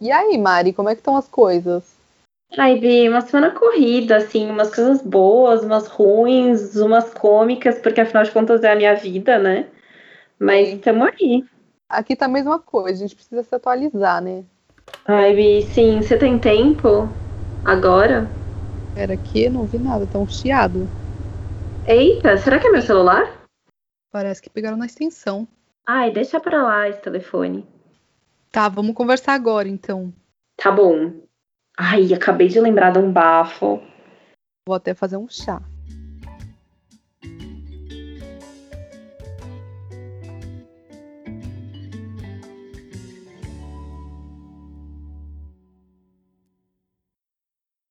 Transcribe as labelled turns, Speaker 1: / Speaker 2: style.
Speaker 1: E aí, Mari, como é que estão as coisas?
Speaker 2: Ai, Bi, uma semana corrida, assim, umas coisas boas, umas ruins, umas cômicas, porque afinal de contas é a minha vida, né? Mas estamos aí.
Speaker 1: Aqui tá a mesma coisa, a gente precisa se atualizar, né?
Speaker 2: Ai, Bi, sim, você tem tempo? Agora?
Speaker 1: Era aqui, não vi nada, tá um chiado.
Speaker 2: Eita, será que é meu celular?
Speaker 1: Parece que pegaram na extensão.
Speaker 2: Ai, deixa pra lá esse telefone.
Speaker 1: Tá, vamos conversar agora então.
Speaker 2: Tá bom. Ai, acabei de lembrar de um bafo.
Speaker 1: Vou até fazer um chá.